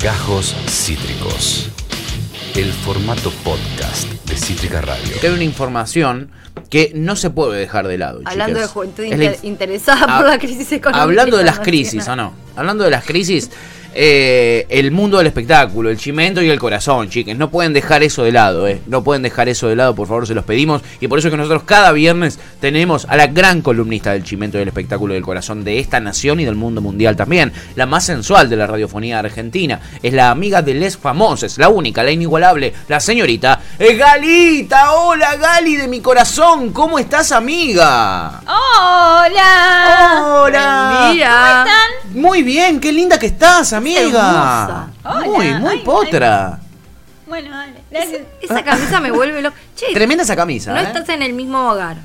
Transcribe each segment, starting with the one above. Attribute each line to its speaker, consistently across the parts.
Speaker 1: Gajos Cítricos. El formato podcast de Cítrica Radio.
Speaker 2: Que hay una información que no se puede dejar de lado.
Speaker 3: Hablando
Speaker 2: chicas.
Speaker 3: de juventud
Speaker 2: Es la
Speaker 3: inter-
Speaker 2: inf-
Speaker 3: interesada
Speaker 2: Hab-
Speaker 3: por la crisis económica.
Speaker 2: Ah, Hablando de las
Speaker 3: internacional.
Speaker 2: crisis, ¿o no? Hablando de las crisis, eh, el mundo del espectáculo, el chimento y el corazón, chicas. No pueden dejar eso de lado, ¿eh? No pueden dejar eso de lado, por favor, se los pedimos. Y por eso es que nosotros cada viernes tenemos a la gran columnista del chimento y del espectáculo y del corazón de esta nación y del mundo mundial también. La más sensual de la radiofonía argentina. Es la amiga de Les Famosos, la única, la inigualable, la señorita eh, Galita. Hola, Gali de mi corazón. ¿Cómo estás, amiga?
Speaker 3: ¡Hola!
Speaker 2: Hola.
Speaker 3: Buen día.
Speaker 2: Muy bien, qué linda que estás, amiga.
Speaker 4: Hermosa.
Speaker 2: Muy,
Speaker 4: Hola.
Speaker 2: muy
Speaker 4: Ay,
Speaker 2: potra.
Speaker 4: Bueno, dale.
Speaker 3: Esa,
Speaker 4: Gracias.
Speaker 3: esa camisa me vuelve loca. Che,
Speaker 2: Ah. Tremenda esa camisa.
Speaker 3: no
Speaker 2: ¿eh?
Speaker 3: estás en el mismo hogar.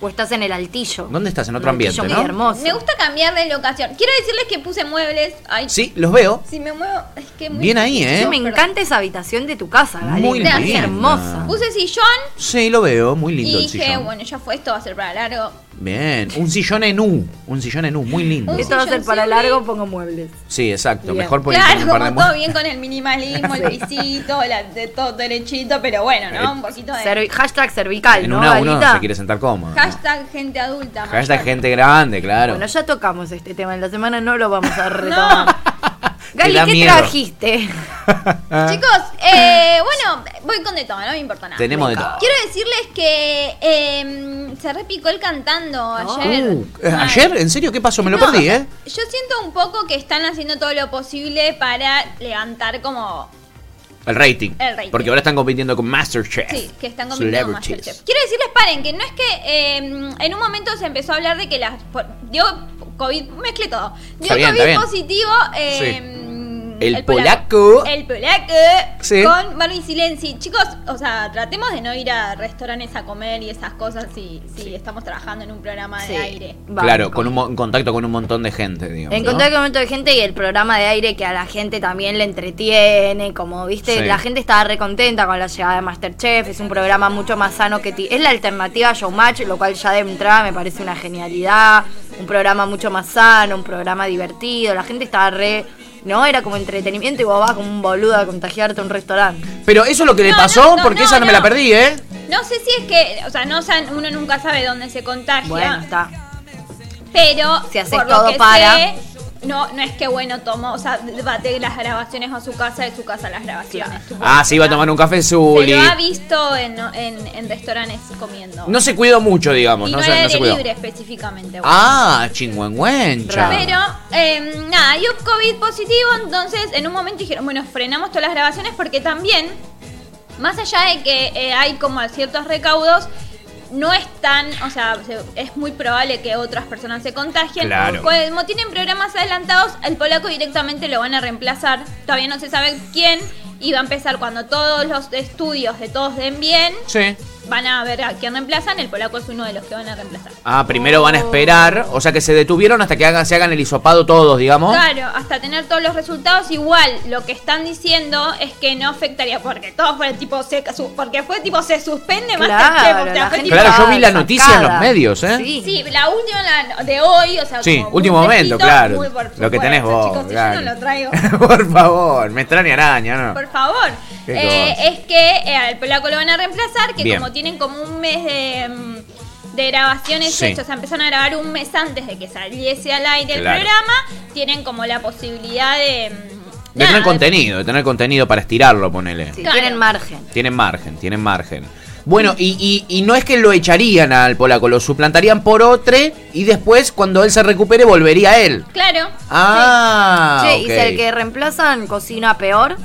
Speaker 3: O estás en el altillo.
Speaker 2: ¿Dónde estás? En otro
Speaker 3: Un altillo
Speaker 2: ambiente,
Speaker 3: muy
Speaker 2: ¿no?
Speaker 3: hermoso.
Speaker 4: Me gusta cambiar de locación. Quiero decirles que puse muebles. Ay,
Speaker 2: Sí, los veo.
Speaker 4: Si me muevo, es que muy
Speaker 2: Bien ahí,
Speaker 4: difícil.
Speaker 2: ¿eh?
Speaker 3: Che, me
Speaker 4: Perdón.
Speaker 3: encanta esa habitación de tu casa, Gali.
Speaker 2: Muy
Speaker 3: Es
Speaker 4: linda.
Speaker 3: hermosa.
Speaker 4: Puse sillón
Speaker 2: Sí, lo veo. Muy lindo
Speaker 4: y
Speaker 2: el
Speaker 4: dije,
Speaker 2: sillón.
Speaker 4: bueno, ya fue esto, va a ser para largo.
Speaker 2: Bien. Un sillón en U. Un sillón en U, muy lindo.
Speaker 4: Un
Speaker 3: Esto va a ser
Speaker 4: Silloncito
Speaker 3: para
Speaker 4: y-
Speaker 3: largo, pongo muebles.
Speaker 2: Sí, exacto.
Speaker 3: Bien.
Speaker 2: Mejor por
Speaker 4: Claro,
Speaker 2: un par de
Speaker 4: como todo
Speaker 2: muebles.
Speaker 4: bien con el minimalismo, el pisito, la- de todo derechito, pero bueno, ¿no? eh. Un poquito de.
Speaker 3: Cervi- hashtag cervical,
Speaker 2: En
Speaker 3: ¿no,
Speaker 2: una uno
Speaker 3: Galita?
Speaker 2: se quiere sentar cómodo.
Speaker 4: Hashtag gente adulta.
Speaker 2: Hashtag
Speaker 4: mayor.
Speaker 2: gente grande, claro.
Speaker 3: Bueno, ya tocamos este tema en la semana, no lo vamos a retomar.
Speaker 4: No.
Speaker 3: Gali,
Speaker 2: Te da
Speaker 3: ¿qué
Speaker 2: miedo.
Speaker 3: trajiste?
Speaker 2: Ah.
Speaker 4: Chicos, eh, bueno, voy con de todo, no me importa nada.
Speaker 2: Tenemos de todo.
Speaker 4: Quiero decirles que eh, se repicó el cantando ayer.
Speaker 2: Uh, eh,
Speaker 4: Mal.
Speaker 2: ¿Ayer? ¿En serio? ¿Qué pasó? Me lo
Speaker 4: No,
Speaker 2: perdí, ¿eh?
Speaker 4: Yo siento un poco que están haciendo todo lo posible para levantar como...
Speaker 2: El rating.
Speaker 4: El rating.
Speaker 2: Porque ahora están compitiendo con Masterchef.
Speaker 4: Sí, que están compitiendo con
Speaker 2: Celebrities.
Speaker 4: Masterchef. Quiero decirles, paren, que no es que eh, en un momento se empezó a hablar de que las... por- dio COVID, mezclé todo.
Speaker 2: Está
Speaker 4: Dio
Speaker 2: bien,
Speaker 4: COVID
Speaker 2: está bien.
Speaker 4: positivo... eh,
Speaker 2: El polaco.
Speaker 4: El polaco.
Speaker 2: Sí.
Speaker 4: Con Barbie Silenzi. Chicos, o sea, tratemos de no ir a restaurantes a comer y esas cosas si, si estamos trabajando en un programa
Speaker 3: Sí,
Speaker 4: de aire.
Speaker 3: banco.
Speaker 2: Claro, con un, mo- en contacto con un montón de gente, digamos.
Speaker 3: En
Speaker 2: ¿no?
Speaker 3: contacto con un montón de gente y el programa de aire que a la gente también le entretiene, como viste,
Speaker 2: Sí.
Speaker 3: la gente estaba recontenta con la llegada de Masterchef, es un programa mucho más sano que ti. Es la alternativa a Showmatch, lo cual ya de entrada me parece una genialidad, un programa mucho más sano, un programa divertido, la gente estaba re, ¿no? Era como entretenimiento y vos vas como un boludo a contagiarte a un restaurante.
Speaker 2: Pero eso es lo que le
Speaker 4: No,
Speaker 2: pasó
Speaker 4: no, no,
Speaker 2: porque
Speaker 4: no,
Speaker 2: esa no, me
Speaker 4: no.
Speaker 2: la perdí, ¿eh?
Speaker 4: No sé si es que, o sea, no san- uno nunca sabe dónde se contagia,
Speaker 3: Bueno, está.
Speaker 4: pero
Speaker 3: Si haces
Speaker 4: por lo
Speaker 3: todo
Speaker 4: que
Speaker 3: para.
Speaker 4: sé, no, no es que bueno tomó, o sea, va de las grabaciones a su casa, de su casa a las grabaciones. supongo.
Speaker 2: Ah, sí, iba a tomar un café
Speaker 4: Se
Speaker 2: Zuli.
Speaker 4: lo ha visto en, en- en restaurantes comiendo.
Speaker 2: No se cuidó mucho, digamos.
Speaker 4: y
Speaker 2: No,
Speaker 4: no,
Speaker 2: se,
Speaker 4: era
Speaker 2: no se
Speaker 4: de
Speaker 2: cuidó.
Speaker 4: libre específicamente. bueno.
Speaker 2: Ah, chingüengüencha.
Speaker 4: Pero, eh, nada, dio COVID positivo, entonces en un momento dijeron, bueno, frenamos todas las grabaciones porque también, más allá de que eh, hay como ciertos recaudos, no es tan, o sea, se- es muy probable que otras personas se contagien.
Speaker 2: Claro.
Speaker 4: Como tienen programas adelantados, al polaco directamente lo van a reemplazar. Todavía no se sabe quién y va a empezar cuando todos los estudios de todos den bien.
Speaker 2: Sí.
Speaker 4: Van a ver a quién reemplazan, el polaco es uno de los que van a reemplazar.
Speaker 2: Ah, primero van a esperar. O sea que se detuvieron hasta que hagan, se hagan el hisopado todos, digamos.
Speaker 4: Claro, hasta tener todos los resultados igual. Lo que están diciendo es que no afectaría porque todo fue tipo se su- porque fue tipo se suspende más
Speaker 3: Claro, la gente
Speaker 2: Claro, yo
Speaker 3: estaba
Speaker 2: vi la noticia en los
Speaker 3: sacada.
Speaker 2: medios, ¿eh?
Speaker 3: Sí.
Speaker 4: Sí, la última la de hoy, o sea,
Speaker 2: Sí,
Speaker 4: como
Speaker 2: último
Speaker 4: muy
Speaker 2: momento,
Speaker 4: fresquito,
Speaker 2: claro.
Speaker 4: muy por
Speaker 2: lo que
Speaker 4: supuesto,
Speaker 2: tenés vos.
Speaker 4: Chicos, si
Speaker 2: claro.
Speaker 4: yo no lo traigo.
Speaker 2: por favor, me extraña araña, ¿no?
Speaker 4: Por favor.
Speaker 2: Qué
Speaker 4: Eh,
Speaker 2: cosa.
Speaker 4: es que eh, al polaco lo van a reemplazar, que
Speaker 2: Bien.
Speaker 4: como tienen como un mes de, mm, de grabaciones
Speaker 2: Sí.
Speaker 4: hechos, o sea, empezaron a grabar un mes antes de que saliese al aire
Speaker 2: Claro.
Speaker 4: el programa, tienen como la posibilidad de... mm,
Speaker 2: De tener
Speaker 4: nada,
Speaker 2: contenido, de tener contenido para estirarlo, ponele.
Speaker 3: Sí,
Speaker 4: Claro.
Speaker 3: Tienen margen.
Speaker 2: Tienen margen, tienen margen. Bueno, y, y- y no es que lo echarían al polaco, lo suplantarían por otro y después cuando él se recupere volvería a él.
Speaker 4: Claro.
Speaker 2: Ah,
Speaker 3: che, y si
Speaker 2: ok.
Speaker 3: el que reemplazan cocina peor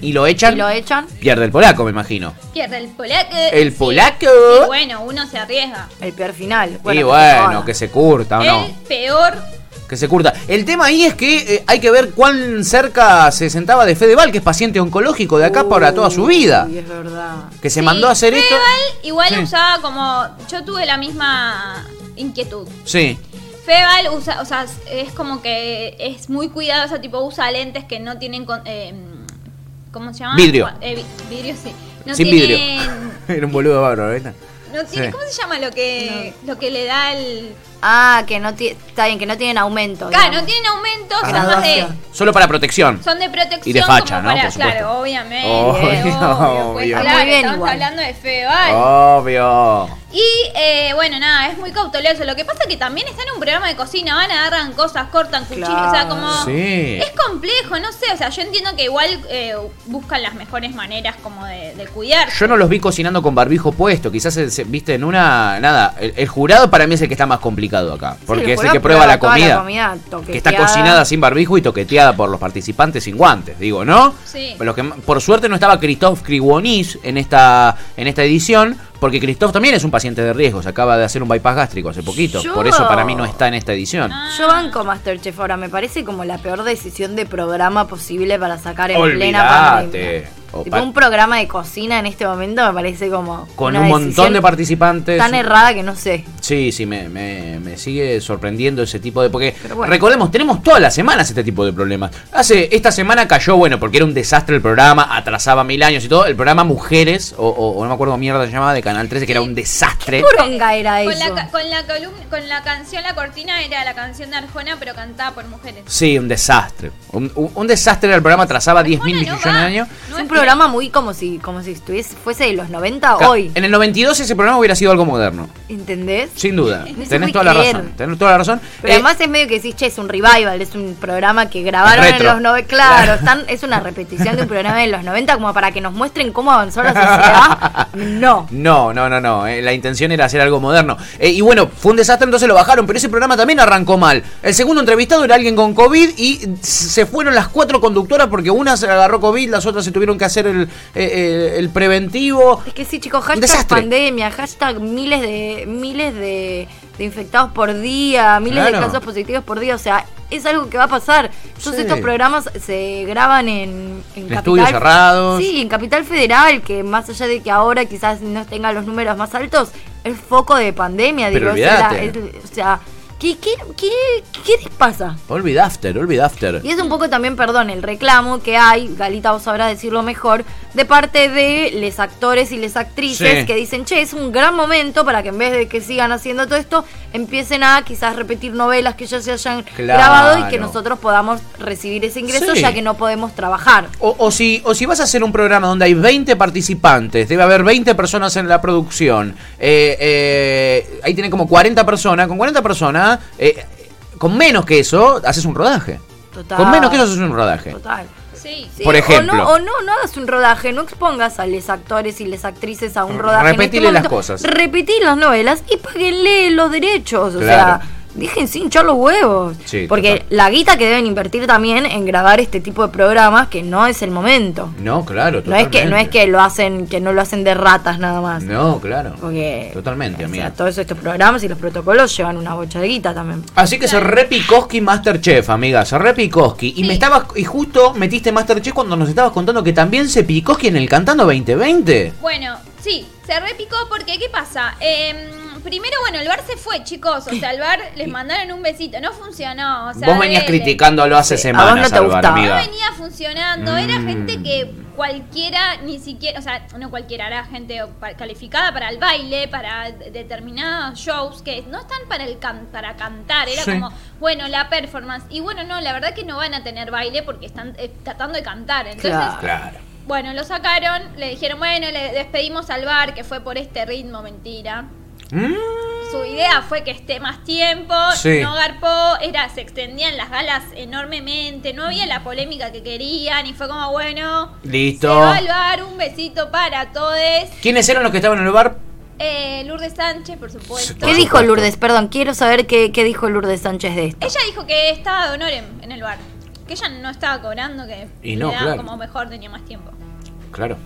Speaker 2: Y lo
Speaker 3: y
Speaker 2: echan,
Speaker 3: lo echan,
Speaker 2: pierde el polaco, me imagino.
Speaker 4: Pierde el polaco.
Speaker 2: El
Speaker 4: Sí.
Speaker 2: polaco.
Speaker 4: Y bueno, uno se arriesga.
Speaker 3: el peor final.
Speaker 2: y
Speaker 3: que
Speaker 2: bueno,
Speaker 3: se
Speaker 2: que se curta o
Speaker 4: El
Speaker 2: no.
Speaker 4: peor.
Speaker 2: Que se curta. El tema ahí es que eh, hay que ver cuán cerca se sentaba de Fedeval, que es paciente oncológico de acá para toda su vida.
Speaker 3: Uy, es verdad.
Speaker 2: Que se
Speaker 4: Sí,
Speaker 2: mandó a hacer esto.
Speaker 4: Feval igual
Speaker 2: Sí.
Speaker 4: usaba como. Yo tuve la misma inquietud.
Speaker 2: Sí.
Speaker 4: Feval usa, o sea, es como que es muy cuidadosa, tipo usa lentes que no tienen. con- eh, ¿Cómo se llama?
Speaker 2: Vidrio.
Speaker 4: Eh, vi- vidrio, sí. No
Speaker 2: Sin vidrio.
Speaker 4: tienen,
Speaker 2: Era un boludo bárbaro, ¿verdad?
Speaker 4: No tiene,
Speaker 2: Sí.
Speaker 4: ¿Cómo se llama lo que, lo que le da el
Speaker 3: Ah, que no ti- está bien, que no tienen aumento.
Speaker 4: Claro, no
Speaker 3: digamos.
Speaker 4: tienen aumento,
Speaker 2: Ah,
Speaker 4: son más de.
Speaker 3: Graduación.
Speaker 2: Solo para protección.
Speaker 4: Son de protección.
Speaker 2: Y de facha,
Speaker 4: como
Speaker 2: ¿no?
Speaker 4: para-
Speaker 2: Por supuesto.
Speaker 4: Claro, obviamente.
Speaker 2: Obvio,
Speaker 4: obvio, pues,
Speaker 2: obvio. Oh.
Speaker 4: claro,
Speaker 3: Muy bien
Speaker 4: estamos
Speaker 3: igual.
Speaker 4: hablando de Fedeval.
Speaker 2: Obvio.
Speaker 4: Y eh, bueno, nada, es muy cauteloso. Lo que pasa es que también están en un programa de cocina, van, agarran cosas, cortan cuchillos, o
Speaker 3: Claro.
Speaker 4: sea, como...
Speaker 2: Sí.
Speaker 4: Es complejo, no sé, o sea, yo entiendo que igual eh, buscan las mejores maneras como de, de cuidar.
Speaker 2: Yo no los vi cocinando con barbijo puesto. Quizás, se- se- viste, en una. Nada. El, el jurado para mí es el que está más complicado acá. Porque
Speaker 3: Sí,
Speaker 2: es el
Speaker 3: jurado
Speaker 2: que prueba la
Speaker 3: toda
Speaker 2: comida.
Speaker 3: toqueteada.
Speaker 2: que está cocinada sin barbijo y toqueteada por los participantes sin guantes, digo, ¿no?
Speaker 4: Sí.
Speaker 2: Los que, por suerte no estaba Christoph Kriwonis en esta, en esta edición, porque Christoph también es un paciente de riesgo, se acaba de hacer un bypass gástrico hace poquito,
Speaker 3: Yo- Ah.
Speaker 2: por eso para mí no está en esta edición.
Speaker 3: Yo banco Masterchef ahora, me parece como la peor decisión de programa posible para sacar en plena
Speaker 2: Olvídate.
Speaker 3: pandemia.
Speaker 2: O
Speaker 3: Tipo,
Speaker 2: pa-
Speaker 3: un programa de cocina en este momento me parece como.
Speaker 2: Con
Speaker 3: una
Speaker 2: un montón
Speaker 3: decisión
Speaker 2: de participantes.
Speaker 3: Tan errada que no sé.
Speaker 2: Sí, sí, me, me- me sigue sorprendiendo ese tipo de... Porque
Speaker 3: Pero bueno.
Speaker 2: recordemos, tenemos todas las semanas este tipo de problemas. Hace, esta semana cayó, bueno, porque era un desastre el programa, atrasaba mil años y todo, el programa Mujeres, o, o- o no me acuerdo mierda se llamaba, de Canal 13, que era un desastre.
Speaker 3: Poronga era
Speaker 4: Con
Speaker 3: eso.
Speaker 4: la, ca- con, la columna, con la canción La Cortina era la canción de Arjona, pero cantada por mujeres.
Speaker 2: Sí, un desastre. Un, un- un desastre era el programa, atrasaba 10 mil
Speaker 4: Arjona
Speaker 2: millones
Speaker 4: no
Speaker 2: de
Speaker 4: va,
Speaker 2: años.
Speaker 4: no
Speaker 3: es un
Speaker 4: es-
Speaker 3: programa muy como si, como si estuviese, fuese de los 90
Speaker 2: Ca-
Speaker 3: Ah, hoy.
Speaker 2: En el 92 ese programa hubiera sido algo moderno,
Speaker 3: ¿Entendés?
Speaker 2: sin duda.
Speaker 3: No
Speaker 2: Tenés
Speaker 3: se puede
Speaker 2: toda la
Speaker 3: creer.
Speaker 2: razón, tenés toda la razón.
Speaker 3: Pero
Speaker 2: Eh,
Speaker 3: además es medio que decís, che, es un revival, es un programa que grabaron
Speaker 2: Es
Speaker 3: en
Speaker 2: retro.
Speaker 3: los 90. Claro, están, es una repetición de un programa de los 90 como para que nos muestren cómo avanzó la sociedad. No.
Speaker 2: No, no, no, no. eh, la intención era hacer algo moderno. Eh, y bueno, fue un desastre, entonces lo bajaron, pero ese programa también arrancó mal. El segundo entrevistado era alguien con COVID y se fueron las cuatro conductoras porque una se agarró COVID, las otras se tuvieron que hacer el, eh, eh, el preventivo.
Speaker 3: Es que sí, chicos,
Speaker 2: Un
Speaker 3: hashtag
Speaker 2: desastre.
Speaker 3: pandemia, hashtag miles de miles de, de infectados por día, miles de
Speaker 2: Claro.
Speaker 3: casos positivos por día. O sea, es algo que va a pasar. Todos
Speaker 2: Sí.
Speaker 3: estos programas se graban en,
Speaker 2: En estudios cerrados.
Speaker 3: Sí, en Capital Federal, que más allá de que ahora quizás no tenga los números más altos, es foco de pandemia.
Speaker 2: Pero
Speaker 3: digo, o sea,
Speaker 2: olvídate.
Speaker 3: es- o sea, ¿qué, qué, qué, qué les pasa?
Speaker 2: Olvid after, olvid after.
Speaker 3: Y es un poco también, perdón, el reclamo que hay, Galita vos sabrás decirlo mejor, de parte de los actores y las actrices
Speaker 2: Sí.
Speaker 3: que dicen, che, es un gran momento para que en vez de que sigan haciendo todo esto, empiecen a quizás repetir novelas que ya se hayan
Speaker 2: Claro.
Speaker 3: grabado y que nosotros podamos recibir ese ingreso
Speaker 2: Sí.
Speaker 3: ya que no podemos trabajar.
Speaker 2: O, o si, o si vas a hacer un programa donde hay 20 participantes, debe haber 20 personas en la producción, eh, eh, ahí tienen como 40 personas, con 40 personas, eh, con menos que eso, haces un rodaje.
Speaker 3: Total.
Speaker 2: Con menos que eso haces un rodaje.
Speaker 3: Total.
Speaker 4: Sí.
Speaker 3: Sí,
Speaker 2: Por ejemplo.
Speaker 3: O no, o no, no hagas un rodaje, no expongas a los actores y las actrices a un rodaje. en este
Speaker 2: Repetile las
Speaker 3: momento.
Speaker 2: cosas.
Speaker 3: Repetí las novelas y páguenle los derechos. O
Speaker 2: Claro.
Speaker 3: sea, dejen sin hinchar los huevos.
Speaker 2: Sí,
Speaker 3: Porque
Speaker 2: total.
Speaker 3: la guita que deben invertir también en grabar este tipo de programas, que no es el momento.
Speaker 2: No, claro,
Speaker 3: No es, que, no es
Speaker 2: totalmente.
Speaker 3: que lo hacen, que no lo hacen de ratas nada más.
Speaker 2: No, claro.
Speaker 3: Porque,
Speaker 2: Totalmente,
Speaker 3: o
Speaker 2: amiga.
Speaker 3: sea, todos estos programas y los protocolos llevan una bocha de guita también.
Speaker 2: Así que se repicosqui Masterchef, amiga, se repicosqui. Y me estabas, y justo metiste Masterchef cuando nos estabas contando que también se picosqui en el Cantando 2020.
Speaker 4: Bueno, sí, se repicó porque, ¿qué pasa? Em, primero, bueno, el bar se fue, chicos. O sea, el bar les mandaron un besito. No funcionó. O sea,
Speaker 2: Vos venías
Speaker 4: dele.
Speaker 2: criticándolo hace
Speaker 3: Sí, a vos
Speaker 2: semanas,
Speaker 3: no te
Speaker 2: Álvaro,
Speaker 3: gustaba.
Speaker 4: No
Speaker 2: amiga.
Speaker 4: venía funcionando. Era
Speaker 2: Mm.
Speaker 4: gente que cualquiera, ni siquiera, o sea, no cualquiera, era gente pa- calificada para el baile, para de- determinados shows que no están para el can- para cantar. Era
Speaker 2: Sí.
Speaker 4: como, bueno, la performance. Y bueno, no, la verdad que no van a tener baile porque están eh, tratando de cantar. Entonces,
Speaker 3: Claro.
Speaker 2: Claro.
Speaker 4: bueno, lo sacaron, le dijeron, bueno, le despedimos al bar, que fue por este ritmo, mentira. Su idea fue que esté más tiempo,
Speaker 2: Mm. Sí.
Speaker 4: no garpó, era, se extendían las galas enormemente, no había la polémica que querían y fue como, bueno, se
Speaker 2: Listo.
Speaker 4: va al bar, un besito para todos.
Speaker 2: ¿Quiénes eran los que estaban en el bar?
Speaker 4: Eh, Lourdes Sánchez, por supuesto.
Speaker 2: Por
Speaker 3: ¿Qué dijo
Speaker 2: supuesto.
Speaker 3: Lourdes? Perdón, quiero saber qué, qué dijo Lourdes Sánchez de esto.
Speaker 4: Ella dijo que estaba de honorem en el bar, que ella no estaba cobrando, que
Speaker 2: Y no,
Speaker 4: le daba
Speaker 2: claro.
Speaker 4: como mejor, tenía más tiempo.
Speaker 2: Claro.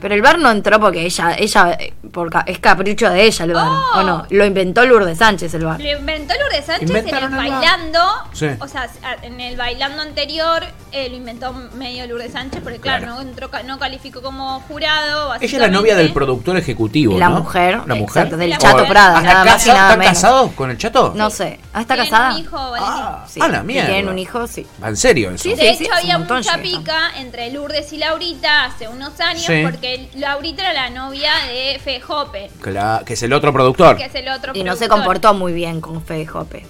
Speaker 3: Pero el bar no entró porque ella, ella, eh, por ca- es capricho de ella el bar,
Speaker 4: Oh.
Speaker 3: ¿o no? Lo inventó Lourdes Sánchez el bar.
Speaker 4: Lo inventó Lourdes Sánchez
Speaker 2: Inventaron
Speaker 4: en
Speaker 2: el
Speaker 4: el
Speaker 2: bar.
Speaker 4: bailando.
Speaker 2: Sí.
Speaker 4: O sea, en el bailando anterior eh, lo inventó medio Lourdes Sánchez porque, claro,
Speaker 2: Claro.
Speaker 4: no, entró, ca- no calificó como jurado.
Speaker 2: Ella es la novia del
Speaker 4: básicamente.
Speaker 2: productor ejecutivo,
Speaker 3: Y la
Speaker 2: ¿no?
Speaker 3: mujer,
Speaker 2: La mujer.
Speaker 3: exacto, del
Speaker 4: ¿eh? La Chato mujer. Prada,
Speaker 2: ¿Hasta
Speaker 3: nada más y
Speaker 2: casa-
Speaker 3: nada
Speaker 2: ¿Están
Speaker 3: menos.
Speaker 2: casados con el chato?
Speaker 3: No sé, ¿ah, está
Speaker 4: Tienen
Speaker 3: casada?
Speaker 4: un hijo, Valentín.
Speaker 2: Ah, a la
Speaker 3: y
Speaker 2: mierda.
Speaker 3: Tienen un hijo, sí.
Speaker 2: ¿En serio eso?
Speaker 3: Sí,
Speaker 4: De hecho,
Speaker 3: sí, hace
Speaker 4: había
Speaker 3: un montón
Speaker 4: mucha
Speaker 3: llegan.
Speaker 4: pica entre Lourdes y Laurita hace unos años
Speaker 2: Sí.
Speaker 4: porque Laurita era la novia de Fe Jope,
Speaker 2: Cla- que es el otro productor.
Speaker 4: que es el otro
Speaker 3: Y no se
Speaker 4: productor.
Speaker 3: comportó muy bien con Fede Jope.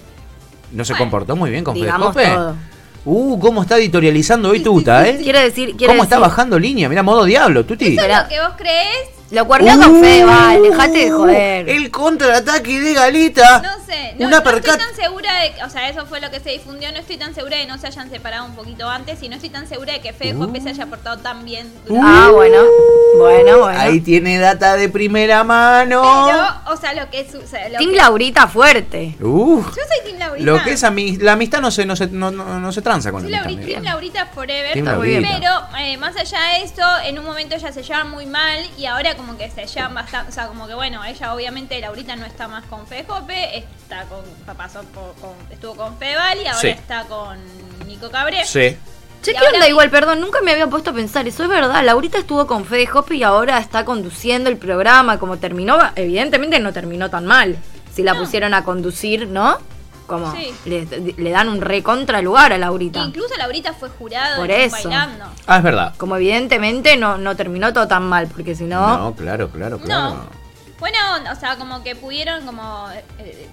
Speaker 2: No se
Speaker 4: Bueno,
Speaker 2: comportó muy bien con Fede
Speaker 3: digamos
Speaker 2: Jope.
Speaker 3: todo.
Speaker 2: Uh, cómo está editorializando hoy Tuta, ¿eh?
Speaker 3: Quiero decir, quiero
Speaker 2: ¿Cómo está
Speaker 3: decir-
Speaker 2: bajando línea? Mira, modo diablo, Tuti.
Speaker 4: Eso es
Speaker 3: Pero-
Speaker 4: lo que vos crees,
Speaker 3: Lo cuerneó con Fede, vale, dejate de joder.
Speaker 2: Uh. El contraataque de Galita.
Speaker 4: no sé, no,
Speaker 2: Una
Speaker 4: no estoy
Speaker 2: percat.
Speaker 4: tan segura de, que- o sea, eso fue lo que se difundió, no estoy tan segura de que no se hayan separado un poquito antes y no estoy tan segura de que Fe
Speaker 2: Uh.
Speaker 4: Jope se haya portado tan bien durante...
Speaker 3: Ah, bueno. Bueno, bueno.
Speaker 2: Ahí tiene data de primera mano.
Speaker 4: Pero, o sea, lo que sucede...
Speaker 3: Team Laurita fuerte.
Speaker 2: Uh,
Speaker 4: Yo soy Team Laurita.
Speaker 2: lo que es ami- la amistad no se, no se, no, no- no se tranza con
Speaker 4: Sí,
Speaker 2: la
Speaker 4: Laurita,
Speaker 2: amistad.
Speaker 4: Team Laurita Forever.
Speaker 2: Team
Speaker 3: Está muy bien.
Speaker 2: Laurita.
Speaker 4: Pero eh, más allá de eso, en un momento ya se llevan muy mal y ahora como que se llevan bastante. O sea, como que bueno, ella obviamente, Laurita no está más con Fejope, está con. Pasó por- con- estuvo con Feval y ahora
Speaker 2: Sí.
Speaker 4: está con Nico Cabré.
Speaker 2: Sí.
Speaker 3: Che,
Speaker 4: Y
Speaker 3: ¿qué
Speaker 4: ahora
Speaker 3: onda?
Speaker 4: vi-
Speaker 3: Igual, perdón, nunca me había puesto a pensar. Eso es verdad. Laurita estuvo con Fede Jope y ahora está conduciendo el programa. Como terminó, evidentemente no terminó tan mal. Si la
Speaker 4: No.
Speaker 3: pusieron a conducir, ¿no? Como
Speaker 4: Sí.
Speaker 3: le, le dan un recontra lugar a Laurita.
Speaker 4: Incluso Laurita fue jurado
Speaker 3: Por
Speaker 4: en
Speaker 3: eso.
Speaker 4: bailando.
Speaker 2: Ah, es verdad.
Speaker 3: Como evidentemente no, no terminó todo tan mal, porque si no.
Speaker 2: No, claro, claro, claro.
Speaker 4: No. Buena onda, o sea, como que pudieron como. eh,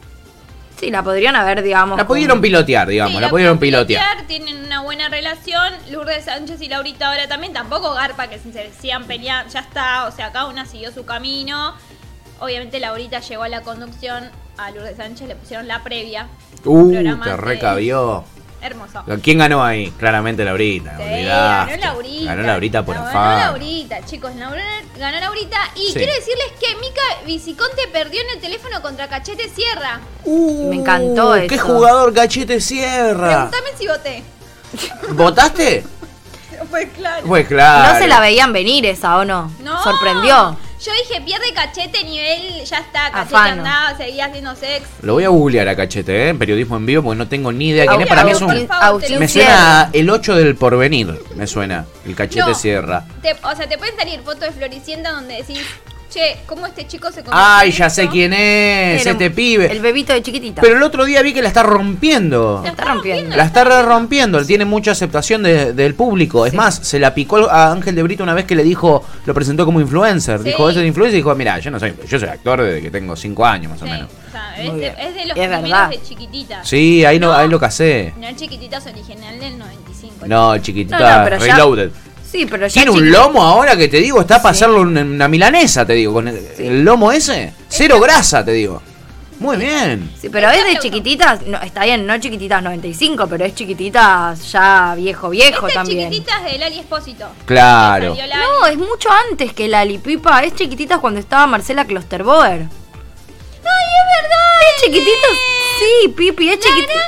Speaker 3: Sí, la podrían haber, digamos.
Speaker 2: La pudieron
Speaker 3: como-
Speaker 2: pilotear, digamos,
Speaker 4: Sí,
Speaker 2: la pudieron pilotear.
Speaker 4: Tienen una buena relación. Lourdes Sánchez y Laurita ahora también. Tampoco Garpa que se- se sigan peleando. Ya está. O sea, cada una siguió su camino. Obviamente Laurita llegó a la conducción. A Lourdes Sánchez le pusieron la previa.
Speaker 2: Uh,
Speaker 4: Programa
Speaker 2: te
Speaker 4: de-
Speaker 2: recabió.
Speaker 4: Hermoso.
Speaker 2: ¿Quién ganó ahí? Claramente Laurita.
Speaker 4: Sí,
Speaker 2: olvidaste.
Speaker 4: ganó Laurita.
Speaker 2: Ganó Laurita por
Speaker 4: Ganó
Speaker 2: afán.
Speaker 4: Laurita, chicos. Laura- Ganó Laurita. Y
Speaker 2: Sí.
Speaker 4: quiero decirles que Mica Viciconte perdió en el teléfono contra Cachete Sierra.
Speaker 2: Uh,
Speaker 3: Me encantó
Speaker 2: ¡Qué
Speaker 3: eso.
Speaker 2: jugador cachete cierra!
Speaker 4: Pregúntame si voté.
Speaker 2: ¿Votaste?
Speaker 4: Pues claro.
Speaker 2: Pues claro.
Speaker 3: No se la veían venir esa, ¿o no?
Speaker 4: No.
Speaker 3: Sorprendió.
Speaker 4: Yo dije, pierde cachete nivel, ya está, cachete
Speaker 3: Afano.
Speaker 4: andaba, seguía haciendo sex.
Speaker 2: Lo voy a googlear a cachete, ¿eh? Periodismo en vivo, porque no tengo ni idea quién es.
Speaker 4: Agustín-
Speaker 2: Eh, Para mí es
Speaker 4: Agustín-
Speaker 2: un.
Speaker 4: Agustín
Speaker 2: Me suena a el 8 del porvenir, me suena. El cachete
Speaker 4: No.
Speaker 2: cierra.
Speaker 4: Te- o sea, te pueden salir fotos de Floricienta donde decís, che, ¿cómo este chico se convirtió
Speaker 2: ¡Ay,
Speaker 4: en
Speaker 2: ya
Speaker 4: esto?".
Speaker 2: sé quién es!
Speaker 3: Era
Speaker 2: Este
Speaker 3: un-
Speaker 2: pibe.
Speaker 3: El bebito de chiquitita.
Speaker 2: Pero el otro día vi que la está rompiendo.
Speaker 4: La
Speaker 3: está rompiendo.
Speaker 2: La está re rompiendo, él tiene mucha aceptación de- del público. Es más, se la picó a Ángel de Brito una vez que le dijo, lo presentó como influencer.
Speaker 4: Sí.
Speaker 2: Dijo, eso es influencer. Y dijo, mira, yo no soy, yo soy actor desde que tengo 5 años más o
Speaker 4: Sí,
Speaker 2: menos.
Speaker 4: o sea,
Speaker 3: Muy
Speaker 4: es, de,
Speaker 3: bien.
Speaker 4: es de los
Speaker 3: Y es
Speaker 4: primeros
Speaker 3: verdad.
Speaker 4: de chiquitita.
Speaker 2: Sí, ahí, lo,
Speaker 4: No.
Speaker 2: ahí lo casé.
Speaker 4: No el chiquititas original del 95.
Speaker 2: No, chiquitita, reloaded.
Speaker 3: Sí, pero ya.
Speaker 2: Tiene un
Speaker 3: chiqui-
Speaker 2: lomo ahora que te digo, está a pasarlo en una milanesa, te digo. Con el, el lomo ese, cero grasa, te digo. Muy bien.
Speaker 3: Sí, pero es de chiquititas. No, está bien, no chiquititas 95, pero es chiquititas ya viejo, viejo
Speaker 4: Esta
Speaker 3: también.
Speaker 4: chiquititas del Ali Espósito.
Speaker 2: Claro.
Speaker 4: Salió la Ali.
Speaker 3: No, es mucho antes que la Lipipa. Es chiquititas cuando estaba Marcela Klosterboer. ¡Ay, es verdad! Es chiquititas. Sí, Pipi, es
Speaker 4: granja.
Speaker 3: chiquititas.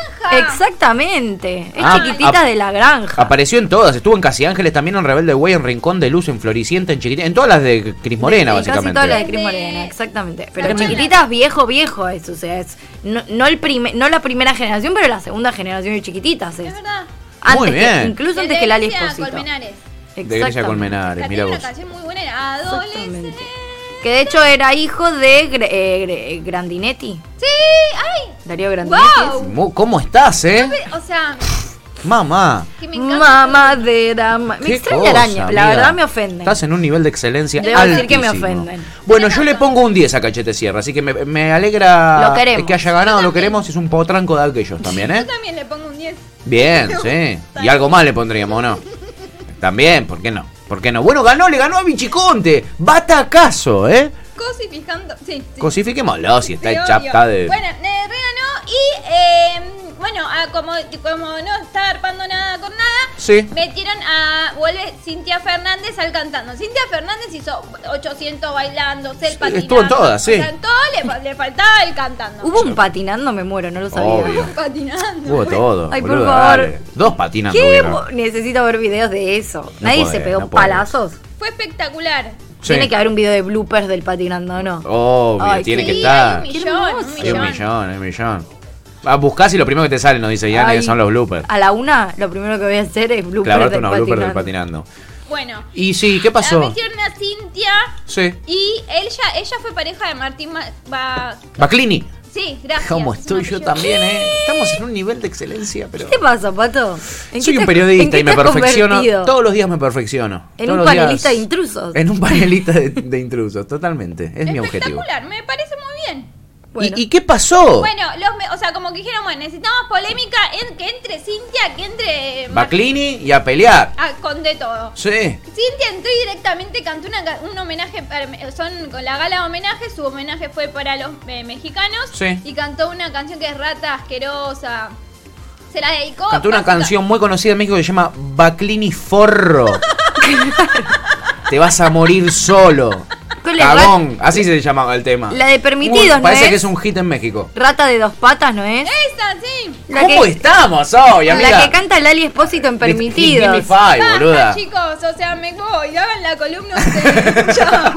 Speaker 3: Exactamente. Es
Speaker 2: Ah,
Speaker 3: chiquititas
Speaker 2: ap-
Speaker 3: de la granja.
Speaker 2: Apareció en todas, estuvo en Casi Ángeles, también en Rebelde Güey, en Rincón de Luz, en Floricienta, en Chiquitita, en todas las de Cris Morena,
Speaker 3: Sí,
Speaker 2: básicamente.
Speaker 3: Casi todas las de
Speaker 4: Es
Speaker 3: Cris
Speaker 4: de-
Speaker 3: Morena, exactamente. Pero
Speaker 4: Tremendo.
Speaker 3: chiquititas, viejo, viejo es. O sea, es no, no el prime- no la primera generación, pero la segunda generación de chiquititas es.
Speaker 4: Es verdad.
Speaker 3: Antes
Speaker 2: Muy bien.
Speaker 3: Que, incluso antes
Speaker 4: De
Speaker 3: que el Ali
Speaker 4: Grecia
Speaker 3: Espósito.
Speaker 4: Colmenares.
Speaker 2: De Grecia
Speaker 3: Exactamente.
Speaker 2: Colmenares,
Speaker 4: Acá
Speaker 2: mira
Speaker 4: tiene
Speaker 2: vos.
Speaker 4: una canción muy buena, era Adolescente.
Speaker 3: Exactamente. Que de hecho era hijo de Gre- eh, Gre- Grandinetti.
Speaker 4: Sí, ay,
Speaker 3: Darío Grandinetti.
Speaker 4: wow.
Speaker 2: Mu- ¿Cómo estás, eh?
Speaker 4: O sea,
Speaker 2: Mamá.
Speaker 4: que me encanta.
Speaker 3: Mamadera. ma- Me
Speaker 2: qué
Speaker 3: extraña
Speaker 2: cosa,
Speaker 3: araña, la
Speaker 2: amiga.
Speaker 3: verdad me ofende.
Speaker 2: Estás en un nivel de excelencia
Speaker 3: Debo
Speaker 2: altísimo.
Speaker 3: decir que me ofenden.
Speaker 2: Bueno, yo le pongo un 10 a Cachete Sierra, así que me, me alegra
Speaker 3: Lo queremos.
Speaker 2: que haya ganado, lo queremos, es un potranco de aquellos también, ¿eh?
Speaker 4: Yo también le pongo un 10.
Speaker 2: Bien, sí. Y algo más le pondríamos, ¿o ¿no? También, ¿por qué no? ¿Por qué no? Bueno, ganó, le ganó a Bichiconte. Batacazo, ¿eh?
Speaker 4: Cosificando. Sí, sí.
Speaker 2: Cosifiquémoslo si está
Speaker 4: Sí,
Speaker 2: el
Speaker 4: obvio.
Speaker 2: chapca de...
Speaker 4: Bueno, eh, reganó y. eh, bueno, ah, como, como no está arpando nada con nada.
Speaker 2: Sí.
Speaker 4: Metieron a. Vuelve Cintia Fernández al cantando. Cintia Fernández hizo 800 bailando, el patinando.
Speaker 2: estuvo en todas, sí.
Speaker 4: O sea, en todo le, fa- le faltaba el cantando.
Speaker 3: Hubo un patinando, me muero, no lo sabía.
Speaker 2: Obvio.
Speaker 4: patinando.
Speaker 2: Hubo todo.
Speaker 3: Ay, por
Speaker 2: boludo,
Speaker 3: favor.
Speaker 2: dale. Dos patinas
Speaker 3: ¿Qué?
Speaker 2: tuvieron.
Speaker 3: bo- Necesito ver videos de eso.
Speaker 2: No
Speaker 3: Nadie se
Speaker 2: podés,
Speaker 3: pegó
Speaker 2: no podés.
Speaker 3: palazos.
Speaker 4: Fue espectacular.
Speaker 2: Sí. Oh,
Speaker 3: Tiene que haber un video de bloopers del patinando, ¿no?
Speaker 2: Obvio,
Speaker 3: Ay,
Speaker 2: tiene
Speaker 3: sí,
Speaker 2: que
Speaker 4: Sí,
Speaker 2: estar.
Speaker 4: Hay un
Speaker 3: Qué
Speaker 4: millón,
Speaker 3: hermoso.
Speaker 4: un
Speaker 2: Hay un
Speaker 4: millón.
Speaker 2: millón, hay un millón. Ah, buscás y lo primero que te sale, nos dice Yana,
Speaker 3: Ay,
Speaker 2: que son los bloopers.
Speaker 3: A la una, lo primero que voy a hacer es bloopers
Speaker 2: Clavarte
Speaker 3: del Ah,
Speaker 2: unos bloopers del patinando.
Speaker 4: Bueno.
Speaker 2: Y sí, ¿qué
Speaker 4: La
Speaker 2: pasó?
Speaker 4: metieron a Cintia
Speaker 2: Sí.
Speaker 4: y ella, ella fue pareja de Martín Ma- Ba-
Speaker 2: Baclini.
Speaker 4: Sí, gracias.
Speaker 2: Como estoy
Speaker 4: No,
Speaker 2: yo también, ¿eh? Estamos en un nivel de excelencia, pero...
Speaker 3: ¿Qué pasa, Pato?
Speaker 2: Soy
Speaker 3: ¿En qué
Speaker 2: un
Speaker 3: te- en
Speaker 2: periodista
Speaker 3: qué
Speaker 2: y me
Speaker 3: te has
Speaker 2: perfecciono.
Speaker 3: convertido?
Speaker 2: Todos los días me perfecciono.
Speaker 3: En
Speaker 2: Todos
Speaker 3: un
Speaker 2: los
Speaker 3: panelista de intrusos.
Speaker 2: En un panelista de, de intrusos, totalmente. Es mi objetivo. Oh.
Speaker 4: Espectacular, me parece muy bien.
Speaker 3: Bueno.
Speaker 2: ¿Y, y qué pasó?
Speaker 4: Bueno, los me- o sea, como que dijeron, bueno, necesitamos polémica, en, que entre Cintia, que entre... eh, Mar-
Speaker 2: Baclini y a pelear.
Speaker 4: Ah, con de todo.
Speaker 2: Sí.
Speaker 4: Cintia entró y directamente cantó una ca- un homenaje, para- son con la gala de homenaje, su homenaje fue para los eh, mexicanos
Speaker 2: Sí.
Speaker 4: y cantó una canción que es rata asquerosa. Se la dedicó.
Speaker 2: Cantó una
Speaker 4: básica-
Speaker 2: canción muy conocida en México que se llama Baclini Forro. Te vas a morir solo.
Speaker 3: Con la
Speaker 2: Cagón. Así se llama el tema. Uh,
Speaker 3: La de Permitidos, ¿no
Speaker 2: Parece
Speaker 3: es?
Speaker 2: que es un hit en México.
Speaker 3: Rata de dos patas, ¿no es?
Speaker 4: Esa, sí.
Speaker 3: La
Speaker 2: ¿Cómo
Speaker 3: que-
Speaker 2: estamos hoy, amiga?
Speaker 3: La que canta Lali Espósito en
Speaker 2: Give me
Speaker 3: Permitidos. Ah,
Speaker 2: five,
Speaker 4: Basta,
Speaker 2: boluda.
Speaker 4: chicos, o sea, me voy, hagan la columna ustedes. Chao.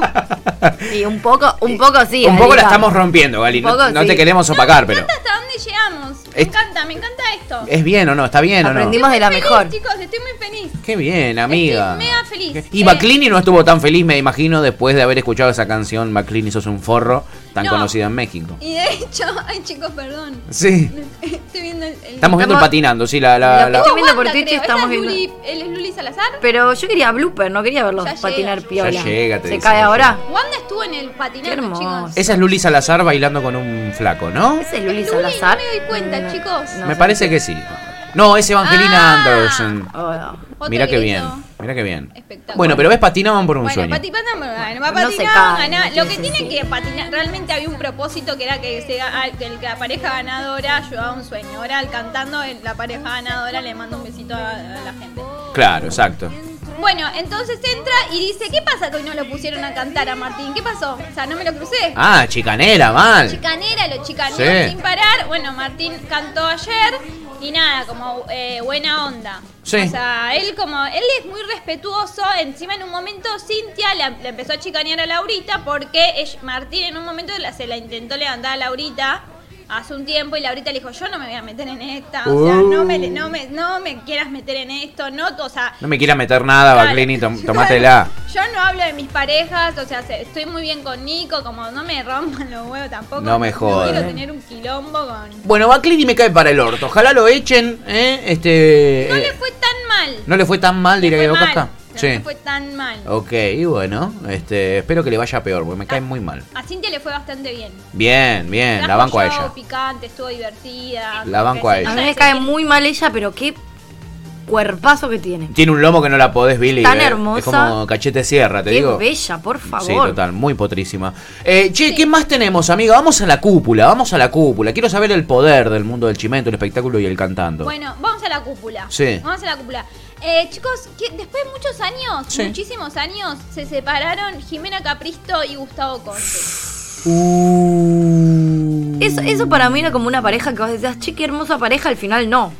Speaker 3: Y un poco, un poco sí.
Speaker 2: un poco
Speaker 3: ahí
Speaker 2: la
Speaker 3: va.
Speaker 2: estamos rompiendo, Gali.
Speaker 3: Un
Speaker 2: No,
Speaker 3: poco
Speaker 2: no
Speaker 3: sí.
Speaker 2: te queremos opacar,
Speaker 4: Me
Speaker 2: pero.
Speaker 4: encanta hasta dónde llegamos. Me
Speaker 2: Es-
Speaker 4: encanta, me encanta esto.
Speaker 2: ¿Es bien o no? ¿Está bien o no?
Speaker 3: Aprendimos de la
Speaker 4: Feliz,
Speaker 3: mejor.
Speaker 4: Chicos, estoy muy feliz.
Speaker 2: Qué bien, amiga.
Speaker 4: Estoy mega feliz.
Speaker 2: Y
Speaker 4: Eh,
Speaker 2: Maclini no estuvo tan feliz, me imagino, después de haber escuchado esa canción Maclini sos un forro, tan
Speaker 4: No.
Speaker 2: conocida en México.
Speaker 4: Y de hecho, ay chicos, perdón.
Speaker 2: Sí.
Speaker 4: Estoy viendo el. el-
Speaker 2: Estamos viendo el
Speaker 3: Estamos-
Speaker 2: patinando, sí, la... la,
Speaker 3: Lo
Speaker 2: la-
Speaker 3: Estoy viendo por
Speaker 4: Wanda,
Speaker 3: Twitch y
Speaker 4: creo.
Speaker 3: estamos
Speaker 4: Esa es
Speaker 3: viendo-
Speaker 4: Luli- él es Luli Salazar.
Speaker 3: Pero yo quería blooper, no quería verlos
Speaker 4: Ya llega,
Speaker 3: patinar
Speaker 4: ya
Speaker 3: piola.
Speaker 2: llega, te
Speaker 3: ¿Se
Speaker 2: dice,
Speaker 3: cae
Speaker 2: ya
Speaker 3: ahora?
Speaker 4: Wanda estuvo en el
Speaker 3: Qué
Speaker 4: patinando,
Speaker 3: hermoso.
Speaker 4: chicos.
Speaker 2: Esa es Luli Salazar bailando con un flaco, ¿no?
Speaker 3: ¿Ese es Luli
Speaker 4: Luli,
Speaker 3: Salazar?
Speaker 4: no me doy cuenta,
Speaker 3: Mm,
Speaker 4: chicos.
Speaker 3: no
Speaker 2: Me
Speaker 3: sé.
Speaker 2: parece que sí. No, es Evangelina
Speaker 4: Ah.
Speaker 2: Anderson.
Speaker 3: Oh, no.
Speaker 4: Otro
Speaker 2: Mira qué
Speaker 4: grito.
Speaker 2: bien, mira qué bien.
Speaker 4: Espectacular.
Speaker 2: Bueno, pero ves, patinaban por un
Speaker 4: Bueno,
Speaker 2: sueño.
Speaker 4: pati, pata- bueno, va
Speaker 3: No se
Speaker 4: patinando,
Speaker 3: cae,
Speaker 4: ganá.
Speaker 3: no
Speaker 4: Lo
Speaker 3: tiene
Speaker 4: que tiene que patinar, realmente había un propósito que era que, se, ga- que el- la pareja ganadora ayudaba a un sueño. Ahora, al cantando, el- la pareja ganadora le manda un besito a, a la gente.
Speaker 2: Claro, exacto.
Speaker 4: Bueno, entonces entra y dice, ¿qué pasa que hoy no lo pusieron a cantar a Martín? ¿Qué pasó? O sea, no me lo crucé.
Speaker 2: Ah, chicanera, mal.
Speaker 4: chicanera, lo chicaneó
Speaker 2: Sí.
Speaker 4: sin parar. Bueno, Martín cantó ayer y nada, como eh, buena onda.
Speaker 2: Sí.
Speaker 4: O sea, él como, él es muy respetuoso, encima en un momento Cintia la- le, empezó a chicanear a Laurita porque ella- Martín en un momento la- se la intentó levantar a Laurita hace un tiempo y Laurita le dijo, yo no me voy a meter en esta, o sea, no me, le-
Speaker 2: Uh.
Speaker 4: no me, no me quieras meter en esto, no, o sea,
Speaker 2: No me quiera meter nada,
Speaker 4: Claro.
Speaker 2: Baclini, tom- tomátela.
Speaker 4: Yo no hablo de mis parejas, o sea, se- estoy muy bien con Nico, como no me rompan los huevos tampoco.
Speaker 2: No me jodan.
Speaker 4: quiero tener un quilombo con.
Speaker 2: Bueno, Baclini me cae para el orto. Ojalá lo echen, ¿eh? Este.
Speaker 4: No
Speaker 2: eh,
Speaker 4: le fue tan mal.
Speaker 2: no le fue tan mal, diría
Speaker 4: Le
Speaker 2: Diego
Speaker 4: fue mal,
Speaker 2: Costa.
Speaker 4: no
Speaker 2: Sí. Oh.
Speaker 4: le fue tan mal.
Speaker 2: Ok, y bueno, este, espero que le vaya peor, porque me cae muy mal.
Speaker 4: A Cintia le fue bastante bien.
Speaker 2: Bien, bien, la
Speaker 4: Trajo
Speaker 2: banco a
Speaker 4: show
Speaker 2: ella.
Speaker 4: picante, estuvo divertida.
Speaker 2: La banco a ella.
Speaker 3: A mí me cae muy mal ella, pero qué cuerpazo que tiene.
Speaker 2: Tiene un lomo que no la podés, Billy.
Speaker 3: Tan
Speaker 2: eh.
Speaker 3: hermosa.
Speaker 2: Es como cachete sierra, te
Speaker 3: qué
Speaker 2: digo.
Speaker 3: bella, por favor.
Speaker 2: Sí, total, muy potrísima. Eh, che, ¿qué más tenemos, amiga? Vamos a la cúpula, vamos a la cúpula. Quiero saber el poder del mundo del chimento, el espectáculo y el cantando.
Speaker 4: Bueno, vamos a la cúpula.
Speaker 2: Sí.
Speaker 4: Vamos a la cúpula. Eh, chicos, que después de muchos años,
Speaker 2: Sí.
Speaker 4: muchísimos años, se separaron Jimena Capristo y Gustavo Conte.
Speaker 2: Uh,
Speaker 3: Eso, eso para mí era como una pareja que vos decías, che, qué hermosa pareja, al final no.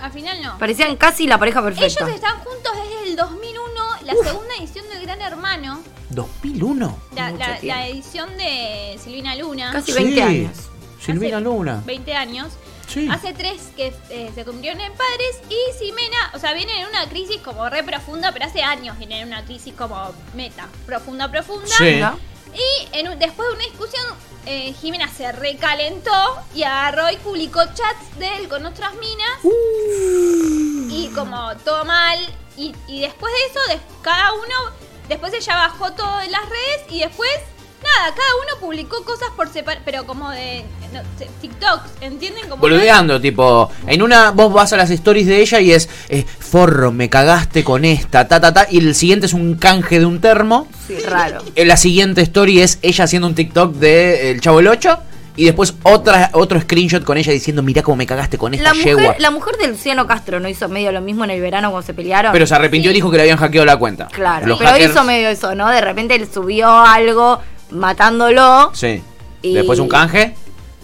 Speaker 4: Al final no.
Speaker 3: Parecían casi la pareja perfecta.
Speaker 4: Ellos están juntos desde el 2001, la segunda edición del Gran Hermano,
Speaker 2: ¿2001?
Speaker 4: la,
Speaker 3: Mucho
Speaker 4: la- la
Speaker 3: tiempo.
Speaker 4: edición de Silvina Luna,
Speaker 3: Casi 20 años.
Speaker 2: Silvina
Speaker 4: Hace
Speaker 2: Luna.
Speaker 4: 20 años.
Speaker 3: Mm.
Speaker 2: Sí.
Speaker 4: Hace tres que eh, se cumplieron en padres y Simena, o sea, vienen en una crisis como re profunda, pero hace años vienen en una crisis como meta, profunda, profunda.
Speaker 2: Sí.
Speaker 3: ¿No?
Speaker 4: Y en un- después de una discusión, eh, Jimena se recalentó y agarró y publicó chats de él con otras minas. Y como todo mal. Y, y después de eso, des- cada uno, después ella bajó todo de las redes y después, nada, cada uno publicó cosas por separado, pero como de no, se- TikToks, ¿entienden? Como
Speaker 2: Boludeando, tipo, en una vos vas a las stories de ella y es, eh, forro, me cagaste con esta, ta, ta, ta, y el siguiente es un canje de un termo.
Speaker 3: Sí, raro.
Speaker 2: Eh, La siguiente story es ella haciendo un TikTok de eh, El Chavo el 8 y después otra, otro screenshot con ella diciendo, mirá cómo me cagaste con esta
Speaker 3: La mujer,
Speaker 2: yegua.
Speaker 3: la mujer de Luciano Castro no hizo medio lo mismo en el verano cuando se pelearon.
Speaker 2: Pero se arrepintió y dijo que le habían hackeado la cuenta.
Speaker 3: claro,
Speaker 2: Los
Speaker 3: pero
Speaker 2: hackers-
Speaker 3: hizo medio eso, ¿no? De repente él subió algo matándolo
Speaker 2: Sí.
Speaker 3: Y-
Speaker 2: Después un canje.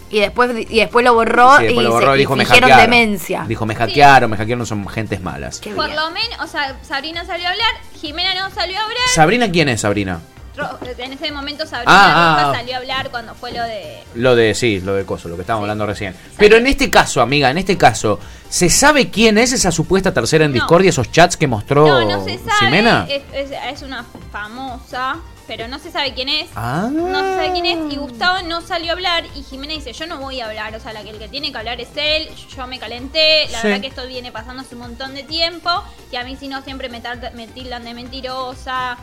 Speaker 3: y después y después lo borró
Speaker 2: sí,
Speaker 3: y,
Speaker 2: después lo borró
Speaker 3: se-
Speaker 2: y dijo,
Speaker 3: y
Speaker 2: me
Speaker 3: fingieron
Speaker 2: hackearon.
Speaker 3: demencia.
Speaker 2: Dijo, me hackearon, me hackearon, son gentes malas.
Speaker 3: Qué
Speaker 4: Por
Speaker 3: bien.
Speaker 4: lo menos, o sea, Sabrina salió a hablar, Jimena no salió a hablar.
Speaker 2: ¿Sabrina quién es Sabrina?
Speaker 4: Ro- En ese momento Sabrina
Speaker 2: Ah,
Speaker 4: Rojas
Speaker 2: ah.
Speaker 4: salió a hablar cuando fue lo de...
Speaker 2: Lo de, sí, lo de Coso, lo que estábamos hablando recién. Pero en este caso, amiga, en este caso, ¿se sabe quién es esa supuesta tercera en
Speaker 4: No.
Speaker 2: Discordia, esos chats que mostró
Speaker 4: No, no se sabe.
Speaker 2: Ximena?
Speaker 4: Es, es- es una famosa. pero no se sabe quién es.
Speaker 2: Ah.
Speaker 4: No se sabe quién es. Y Gustavo no salió a hablar. Y Jimena dice, yo no voy a hablar. O sea, la que, el que tiene que hablar es él. Yo me calenté. La
Speaker 2: Sí.
Speaker 4: verdad que esto viene pasando hace un montón de tiempo. Y a mí si no siempre me, tar- me tildan de mentirosa.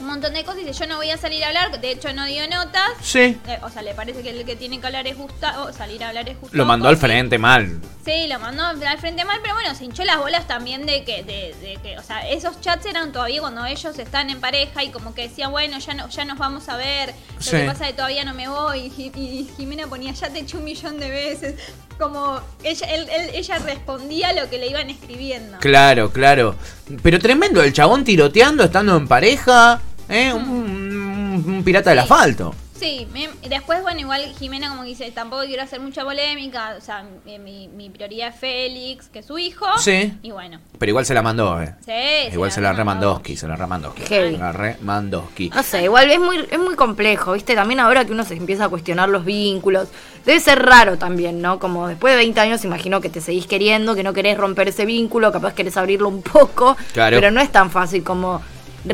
Speaker 4: Un montón de cosas. Y dice, yo no voy a salir a hablar. De hecho, no dio notas.
Speaker 2: Sí.
Speaker 4: Eh, O sea, le parece que el que tiene que hablar es Gustavo, salir a hablar es Gustavo.
Speaker 2: Lo mandó al
Speaker 4: Cossi.
Speaker 2: frente mal.
Speaker 4: Sí, lo mandó al frente mal, pero bueno, se hinchó las bolas también de que, de, de que, o sea, esos chats eran todavía cuando ellos están en pareja y como que decían, bueno, ya no, ya nos vamos a ver, lo
Speaker 2: Sí.
Speaker 4: que pasa es que todavía no me voy, y, y Jimena ponía, ya te eché un millón de veces, como ella, él- él- ella respondía lo que le iban escribiendo.
Speaker 2: Claro, claro. Pero tremendo, el chabón tiroteando, estando en pareja. ¿eh? Un, un- un pirata del
Speaker 4: Sí.
Speaker 2: asfalto.
Speaker 4: Sí, me- después, bueno, igual Jimena como que dice, tampoco quiero hacer mucha polémica, o sea, mi, mi- mi prioridad es Félix, que es su hijo,
Speaker 2: Sí.
Speaker 4: y bueno.
Speaker 2: Pero igual se la mandó, ¿eh?
Speaker 4: Sí,
Speaker 2: igual se la remandoski, se la remandoski.
Speaker 3: Heavy. Ah,
Speaker 2: Se la remandoski.
Speaker 3: No sé, igual es muy, es muy complejo, ¿viste? También ahora que uno se empieza a cuestionar los vínculos. Debe ser raro también, ¿no? Como después de 20 años, imagino que te seguís queriendo, que no querés romper ese vínculo, capaz querés abrirlo un poco.
Speaker 2: Claro.
Speaker 3: Pero no es tan fácil como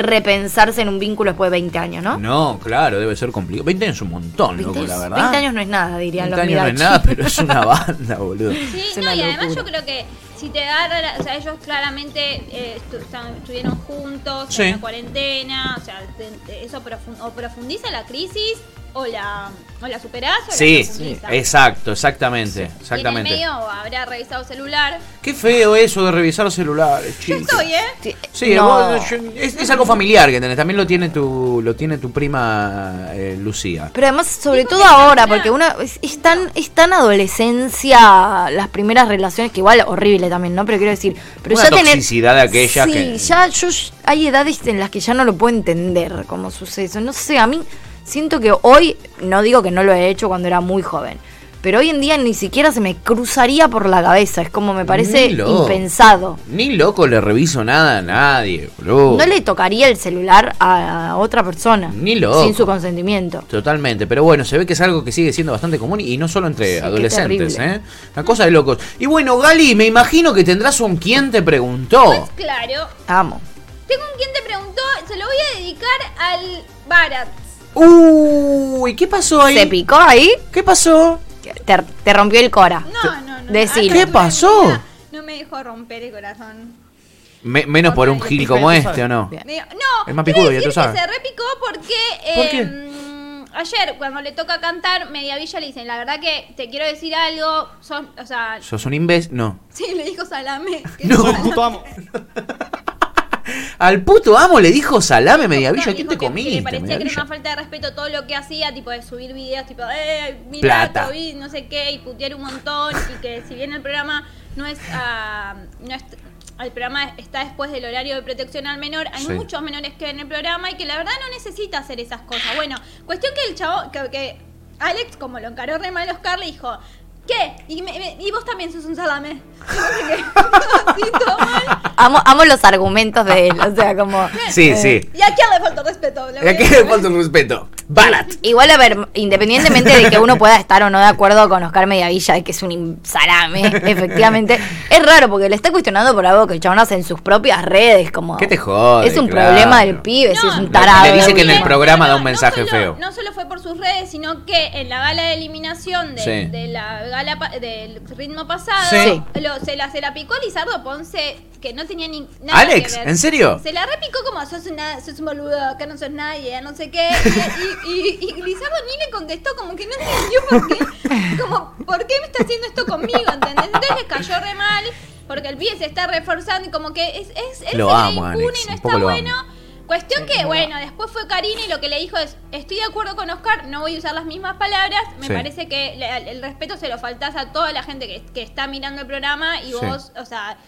Speaker 3: repensarse en un vínculo después de 20 años, ¿no?
Speaker 2: No, claro, debe ser complicado. 20 años es un montón, loco, la verdad.
Speaker 3: 20 años no es nada, dirían
Speaker 2: 20 años
Speaker 3: los
Speaker 2: no es
Speaker 3: Midachi.
Speaker 2: nada, pero es una banda, boludo.
Speaker 4: Sí,
Speaker 3: Es
Speaker 4: no,
Speaker 3: una
Speaker 4: y además yo
Speaker 3: locura.
Speaker 4: creo que si te da, o sea, ellos claramente eh, estu- están- estuvieron juntos
Speaker 2: Sí.
Speaker 4: en la cuarentena, o sea, te- te- eso profun- o profundiza la crisis o la, o la superás o
Speaker 2: Sí,
Speaker 4: la
Speaker 2: sí,
Speaker 4: profundiza.
Speaker 2: exacto, exactamente,
Speaker 4: Y
Speaker 2: exactamente.
Speaker 4: en el medio habrá revisado celular.
Speaker 2: Qué feo eso de revisar celulares,
Speaker 4: Yo
Speaker 2: chicos.
Speaker 4: estoy, ¿eh?
Speaker 3: Sí,
Speaker 2: Sí,
Speaker 3: no.
Speaker 2: vos- yo- es, es algo familiar que tenés. También lo tiene tu, lo tiene tu prima eh, Lucía.
Speaker 3: Pero además, sobre
Speaker 4: porque
Speaker 3: todo
Speaker 4: no,
Speaker 3: ahora,
Speaker 4: no.
Speaker 3: porque uno es, es tan, es tan adolescencia las primeras relaciones, que igual horrible también, ¿no? Pero quiero decir, pero
Speaker 2: Una
Speaker 3: ya tener-
Speaker 2: toxicidad de aquella
Speaker 3: sí,
Speaker 2: que-
Speaker 3: ya yo hay edades en las que ya no lo puedo entender como suceso. No sé, a mí siento que hoy, no digo que no lo he hecho cuando era muy joven, pero hoy en día ni siquiera se me cruzaría por la cabeza. Es como me parece
Speaker 2: Ni loco.
Speaker 3: impensado.
Speaker 2: Ni loco le reviso nada a nadie, boludo.
Speaker 3: No le tocaría el celular a, a otra persona.
Speaker 2: Oh. Ni loco.
Speaker 3: Sin su consentimiento.
Speaker 2: Totalmente, pero bueno, se ve que es algo que sigue siendo bastante común y no solo entre
Speaker 3: Sí, qué
Speaker 2: adolescentes,
Speaker 3: terrible.
Speaker 2: ¿eh? Una cosa de locos. Y bueno, Gali, me imagino que tendrás un quien te preguntó.
Speaker 4: Pues claro.
Speaker 3: Amo.
Speaker 4: Tengo un quien te preguntó, se lo voy a dedicar al Barat.
Speaker 2: Uy, ¿qué pasó ahí?
Speaker 3: ¿Se picó ahí?
Speaker 2: ¿Qué pasó?
Speaker 3: Te, te rompió el cora.
Speaker 4: No, no, no.
Speaker 3: Decilo.
Speaker 4: acá
Speaker 2: ¿Qué
Speaker 4: tuve
Speaker 2: pasó?
Speaker 4: una- No me dejó romper el corazón.
Speaker 2: Me- menos por un gil como este, ¿o no?
Speaker 3: Bien.
Speaker 4: Me- no,
Speaker 2: Es más
Speaker 4: quiero
Speaker 2: picudo, ya
Speaker 4: decir
Speaker 2: tú sabes.
Speaker 4: que se repicó porque
Speaker 2: ¿Por
Speaker 4: eh,
Speaker 2: qué?
Speaker 4: mm, ayer cuando le toca cantar Mediavilla le dicen, la verdad que te quiero decir algo, son, o sea,
Speaker 2: ¿Sos un imbécil? No.
Speaker 4: sí le dijo Salame. que
Speaker 2: No.
Speaker 4: Salame-
Speaker 2: Al puto amo le dijo salame mediavilla,
Speaker 4: no,
Speaker 2: ¿quién
Speaker 4: dijo
Speaker 2: te
Speaker 4: que- Que
Speaker 2: comiste?
Speaker 4: le parecía que era
Speaker 2: Mediavilla?
Speaker 4: una falta de respeto todo lo que hacía, tipo de subir videos, tipo, eh, mira,
Speaker 2: Plata.
Speaker 4: Tobi, no sé qué, y putear un montón, y que si bien el programa no es, ah, no es- el programa está después del horario de protección al menor, hay
Speaker 2: Sí.
Speaker 4: muchos menores que en el programa y que la verdad no necesita hacer esas cosas. Bueno, cuestión que el chavo, que, que Alex, como lo encaró re mal Oscar, le dijo, ¿qué? Y, me- me- y vos también sos un salame. Y no sé qué. Así, todo mal.
Speaker 3: Amo, amo los argumentos de él. O sea, como.
Speaker 2: Sí, sí.
Speaker 4: ¿Y a quién le falta respeto? Le voy
Speaker 2: ¿A
Speaker 4: a
Speaker 2: qué
Speaker 4: decir.
Speaker 2: le falta el respeto? ¡Barat!
Speaker 3: Eh, Igual, a ver, independientemente de que uno pueda estar o no de acuerdo con Oscar Mediavilla, de que es un im- salame, efectivamente, es raro porque le está cuestionando por algo que el chabón hace en sus propias redes. como
Speaker 2: ¿Qué te jode,
Speaker 3: Es un
Speaker 2: claro.
Speaker 3: problema del pibe, si
Speaker 4: No,
Speaker 3: es un
Speaker 2: Le
Speaker 3: tarado.
Speaker 2: dice que en el
Speaker 3: ¿viste?
Speaker 2: programa da un mensaje
Speaker 4: solo-
Speaker 2: feo.
Speaker 4: No solo fue por sus redes, sino que en la gala de eliminación de,
Speaker 2: Sí.
Speaker 4: de la gala pa- del ritmo pasado,
Speaker 2: Sí.
Speaker 4: lo- se, la, se la picó a Lizardo Ponce, que no tenía ni nada
Speaker 2: Alex,
Speaker 4: que ver.
Speaker 2: ¿en serio?
Speaker 4: Se la repicó como sos, una, sos un boludo, acá no sos nadie, no sé qué. Y, y- y- y Lizardo ni le contestó, como que no entendió por qué. Como, ¿por qué me está haciendo esto conmigo? ¿Entendés? Entonces le cayó re mal. Porque el pibe se está reforzando, y como que es, es, es
Speaker 2: Lo
Speaker 4: se cree
Speaker 2: amo,
Speaker 4: impune
Speaker 2: Alex,
Speaker 4: y no
Speaker 2: un
Speaker 4: está
Speaker 2: poco lo amo.
Speaker 4: bueno. Cuestión que, bueno, después fue Karina y lo que le dijo es, estoy de acuerdo con Oscar, no voy a usar las mismas palabras, me
Speaker 2: Sí.
Speaker 4: parece que le- el respeto se lo faltás a toda la gente que, que está mirando el programa y
Speaker 2: Sí.
Speaker 4: vos, o sea,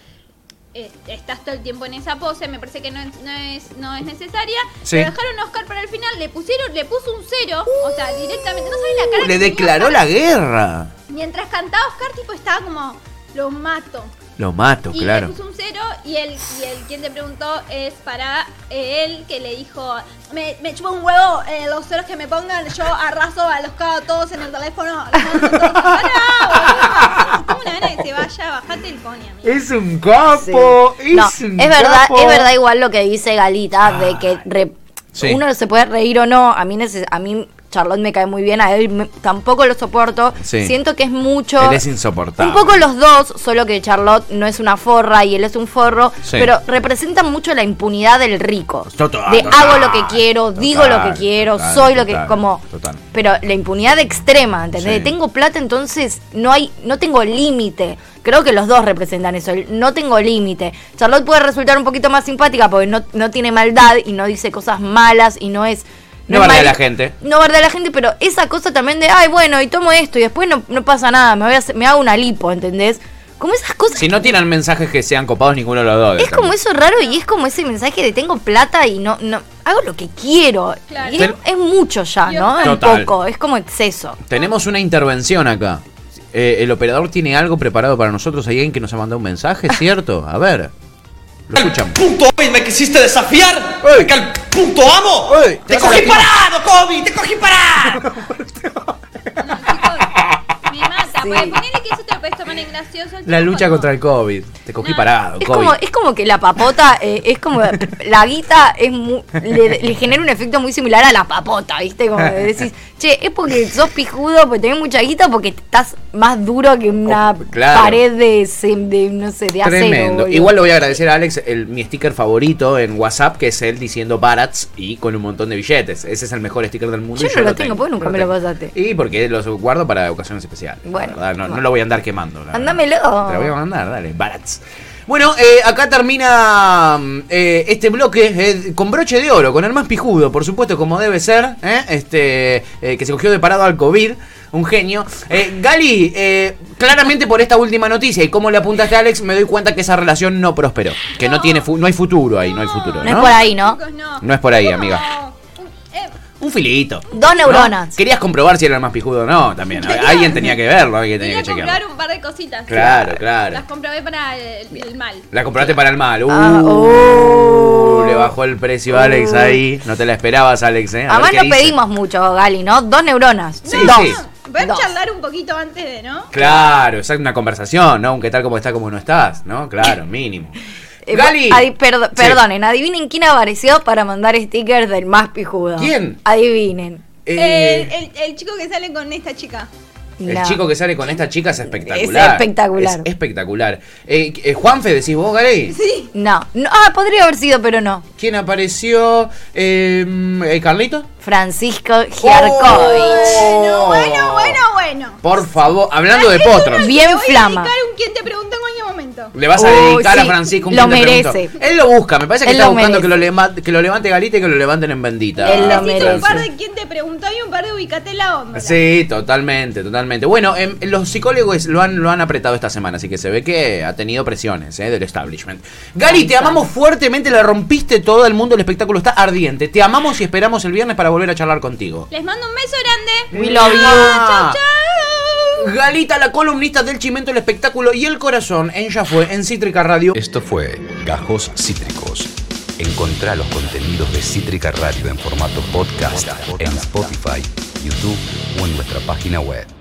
Speaker 4: eh, estás todo el tiempo en esa pose, me parece que no es, no es, no es necesaria.
Speaker 2: Sí.
Speaker 4: Pero dejaron a Oscar para el final, le pusieron, le puso un cero, o sea, directamente, no sabés la cara. que
Speaker 2: Uh, Le
Speaker 4: tenía
Speaker 2: declaró
Speaker 4: Oscar.
Speaker 2: la guerra.
Speaker 4: Mientras cantaba Oscar, tipo, estaba como, lo mato.
Speaker 2: Lo mato,
Speaker 4: Y
Speaker 2: claro.
Speaker 4: le puso un cero y el, y el quien te preguntó es para él que le dijo, me, me chupa un huevo eh, los ceros que me pongan, yo arraso a los cados todos en el teléfono. los mando todos". Pará, boludo, tengo una gana que se vaya, bajate el pony, amigo.
Speaker 2: Es un
Speaker 3: Sí.
Speaker 2: capo.
Speaker 3: No, es verdad, es verdad igual lo que dice Galita de que re-
Speaker 2: Sí.
Speaker 3: Uno se puede reír o no. A mí, neces- a mí Charlotte me cae muy bien, a él me- tampoco lo soporto.
Speaker 2: Sí.
Speaker 3: Siento que es mucho.
Speaker 2: Él es insoportable.
Speaker 3: Un poco los dos, solo que Charlotte no es una forra y él es un forro,
Speaker 2: Sí.
Speaker 3: pero representan mucho la impunidad del rico.
Speaker 2: Total,
Speaker 3: de
Speaker 2: total,
Speaker 3: hago lo que quiero,
Speaker 2: total,
Speaker 3: digo lo que quiero,
Speaker 2: total,
Speaker 3: soy lo
Speaker 2: total,
Speaker 3: que como.
Speaker 2: total.
Speaker 3: Pero la impunidad extrema, ¿entendés?
Speaker 2: Sí.
Speaker 3: De Tengo plata, entonces no hay no tengo límite. Creo que los dos representan eso, el no tengo límite. Charlotte puede resultar un poquito más simpática porque no, no tiene maldad y no dice cosas malas y no es...
Speaker 2: No bardea a
Speaker 3: es mal-
Speaker 2: la gente.
Speaker 3: No bardea a la gente, pero esa cosa también de, ay, bueno, y tomo esto y después no, no pasa nada, me, voy a hacer- me hago una lipo, ¿entendés? Como esas cosas...
Speaker 2: Si no tiran mensajes que sean copados ninguno de los dos.
Speaker 3: es como eso raro y es como ese mensaje de tengo plata y no, no hago lo que quiero. Y
Speaker 4: Claro.
Speaker 3: es,
Speaker 2: Pero-
Speaker 3: es mucho ya, ¿no?
Speaker 2: Total.
Speaker 3: Un poco, es como exceso.
Speaker 2: Tenemos una intervención acá. Eh, el operador tiene algo preparado para nosotros. Hay alguien que nos ha mandado un mensaje, ¿cierto? A ver. Lo escuchamos.
Speaker 5: punto hoy me quisiste desafiar.
Speaker 2: Ey.
Speaker 5: Acá el punto amo.
Speaker 2: Ey,
Speaker 5: te
Speaker 2: te vas a
Speaker 5: cogí
Speaker 2: lastimar.
Speaker 5: parado, Kobe, te cogí parado.
Speaker 4: No, chicos, me mata. Porque ponele que eso te lo puedes tomar en gracioso. el
Speaker 2: La
Speaker 4: chico
Speaker 2: lucha
Speaker 4: no.
Speaker 2: contra el COVID. Te cogí
Speaker 4: No,
Speaker 2: parado,
Speaker 3: Es
Speaker 2: COVID.
Speaker 3: como, es como que la papota, eh, es como la guita es mu- le, le genera un efecto muy similar a la papota, ¿viste? Como que decís, che, es porque sos pijudo, porque tenés mucha guita, porque estás más duro que una
Speaker 2: Oh, claro.
Speaker 3: pared de, ce- de, no sé, de acero.
Speaker 2: Tremendo.
Speaker 3: boludo.
Speaker 2: Igual le voy a agradecer a Alex el, mi sticker favorito en WhatsApp, que es él diciendo barats y con un montón de billetes. Ese es el mejor sticker del mundo.
Speaker 3: Yo
Speaker 2: y
Speaker 3: no lo tengo, porque nunca me lo
Speaker 2: tengo.
Speaker 3: pasaste.
Speaker 2: Y porque los guardo para ocasiones especiales. la
Speaker 3: Bueno,
Speaker 2: verdad, no, no
Speaker 3: bueno.
Speaker 2: lo voy a andar quemando. la
Speaker 3: Mándamelo.
Speaker 2: verdad. Te lo voy a mandar, dale, barats. Bueno, eh, acá termina mm, eh, este bloque eh, con broche de oro, con el más pijudo, por supuesto, como debe ser, ¿eh? este eh, que se cogió de parado al COVID, un genio. Eh, Gali, eh, claramente por esta última noticia y cómo le apuntaste a Alex, me doy cuenta que esa relación no prosperó, que no,
Speaker 4: No.
Speaker 2: tiene fu- no hay futuro ahí, no, hay futuro,
Speaker 3: No
Speaker 2: ¿no?
Speaker 3: es por ahí, ¿no?
Speaker 4: Chicos, no.
Speaker 2: No es por ahí,
Speaker 4: Como-
Speaker 2: amiga.
Speaker 4: Eh,
Speaker 2: Un filito.
Speaker 3: Dos
Speaker 2: ¿no?
Speaker 3: neuronas.
Speaker 2: Querías comprobar si era el más pijudo o no, también. Alguien tenía que verlo, alguien tenía
Speaker 4: Quería
Speaker 2: que chequear.
Speaker 4: comprar un par de cositas.
Speaker 2: Claro, claro.
Speaker 4: Las comprobé para el, el mal.
Speaker 2: La compraste para el mal. Uh,
Speaker 3: Ah, oh. Uh.
Speaker 2: Le bajó el precio a Alex ahí. No te la esperabas, Alex, ¿eh? A ver
Speaker 3: Además
Speaker 2: qué
Speaker 3: no
Speaker 2: dice.
Speaker 3: pedimos mucho, Gali, ¿no? Dos neuronas.
Speaker 2: Sí,
Speaker 3: dos.
Speaker 2: sí.
Speaker 4: Ven
Speaker 3: Dos.
Speaker 4: charlar un poquito antes de, ¿no?
Speaker 2: Claro, exacto, una conversación, ¿no? Un qué tal, cómo está, cómo no estás, ¿no? Claro, mínimo.
Speaker 3: Eh,
Speaker 2: Gali.
Speaker 3: adi- perdo-
Speaker 2: Sí.
Speaker 3: Perdonen, adivinen quién apareció para mandar stickers del más pijudo.
Speaker 2: ¿Quién?
Speaker 3: Adivinen.
Speaker 2: Eh,
Speaker 4: El, el- el chico que sale con esta chica.
Speaker 2: el
Speaker 3: No.
Speaker 2: chico que sale con esta chica es espectacular.
Speaker 3: Es espectacular.
Speaker 2: Es espectacular. Eh, eh, Juanfe, decís vos, Gary.
Speaker 4: Sí.
Speaker 3: No, no, ah, podría haber sido, pero no.
Speaker 2: ¿Quién apareció? Eh, eh, ¿Carlito?
Speaker 3: Francisco
Speaker 2: Oh.
Speaker 3: Giarkovich.
Speaker 4: Bueno, bueno, bueno, bueno.
Speaker 2: Por favor, hablando de
Speaker 4: Es una
Speaker 2: potros.
Speaker 4: que
Speaker 3: Bien
Speaker 4: le voy a
Speaker 3: flama.
Speaker 4: dedicar un quien te pregunta en cualquier momento.
Speaker 2: Le vas a
Speaker 3: Oh,
Speaker 2: dedicar a
Speaker 3: sí,
Speaker 2: Francisco un
Speaker 3: lo
Speaker 2: quinto pregunto.
Speaker 3: merece.
Speaker 2: Él lo busca, me parece que
Speaker 3: Él
Speaker 2: está
Speaker 3: lo
Speaker 2: buscando
Speaker 3: merece.
Speaker 2: que lo, lema- que lo levante Galita y que lo levanten en bendita.
Speaker 3: Él lo
Speaker 4: Necesito un
Speaker 3: merece.
Speaker 4: par de quien te preguntó y un par de ubicate en la onda.
Speaker 2: Sí, totalmente, totalmente. Bueno, em, los psicólogos lo han, lo han apretado esta semana, así que se ve que ha tenido presiones eh, del establishment. Gali, te amamos fuertemente, la rompiste todo el mundo, el espectáculo está ardiente. Te amamos y esperamos el viernes para volver a charlar contigo.
Speaker 4: Les mando un beso grande.
Speaker 3: We love you.
Speaker 2: Ah.
Speaker 4: Chau, chau.
Speaker 2: Galita, la columnista del Chimento, el espectáculo y el corazón en Ya Fue, en Cítrica Radio.
Speaker 1: Esto fue Gajos Cítricos. Encontrá los contenidos de Cítrica Radio en formato podcast en Spotify, YouTube o en nuestra página web.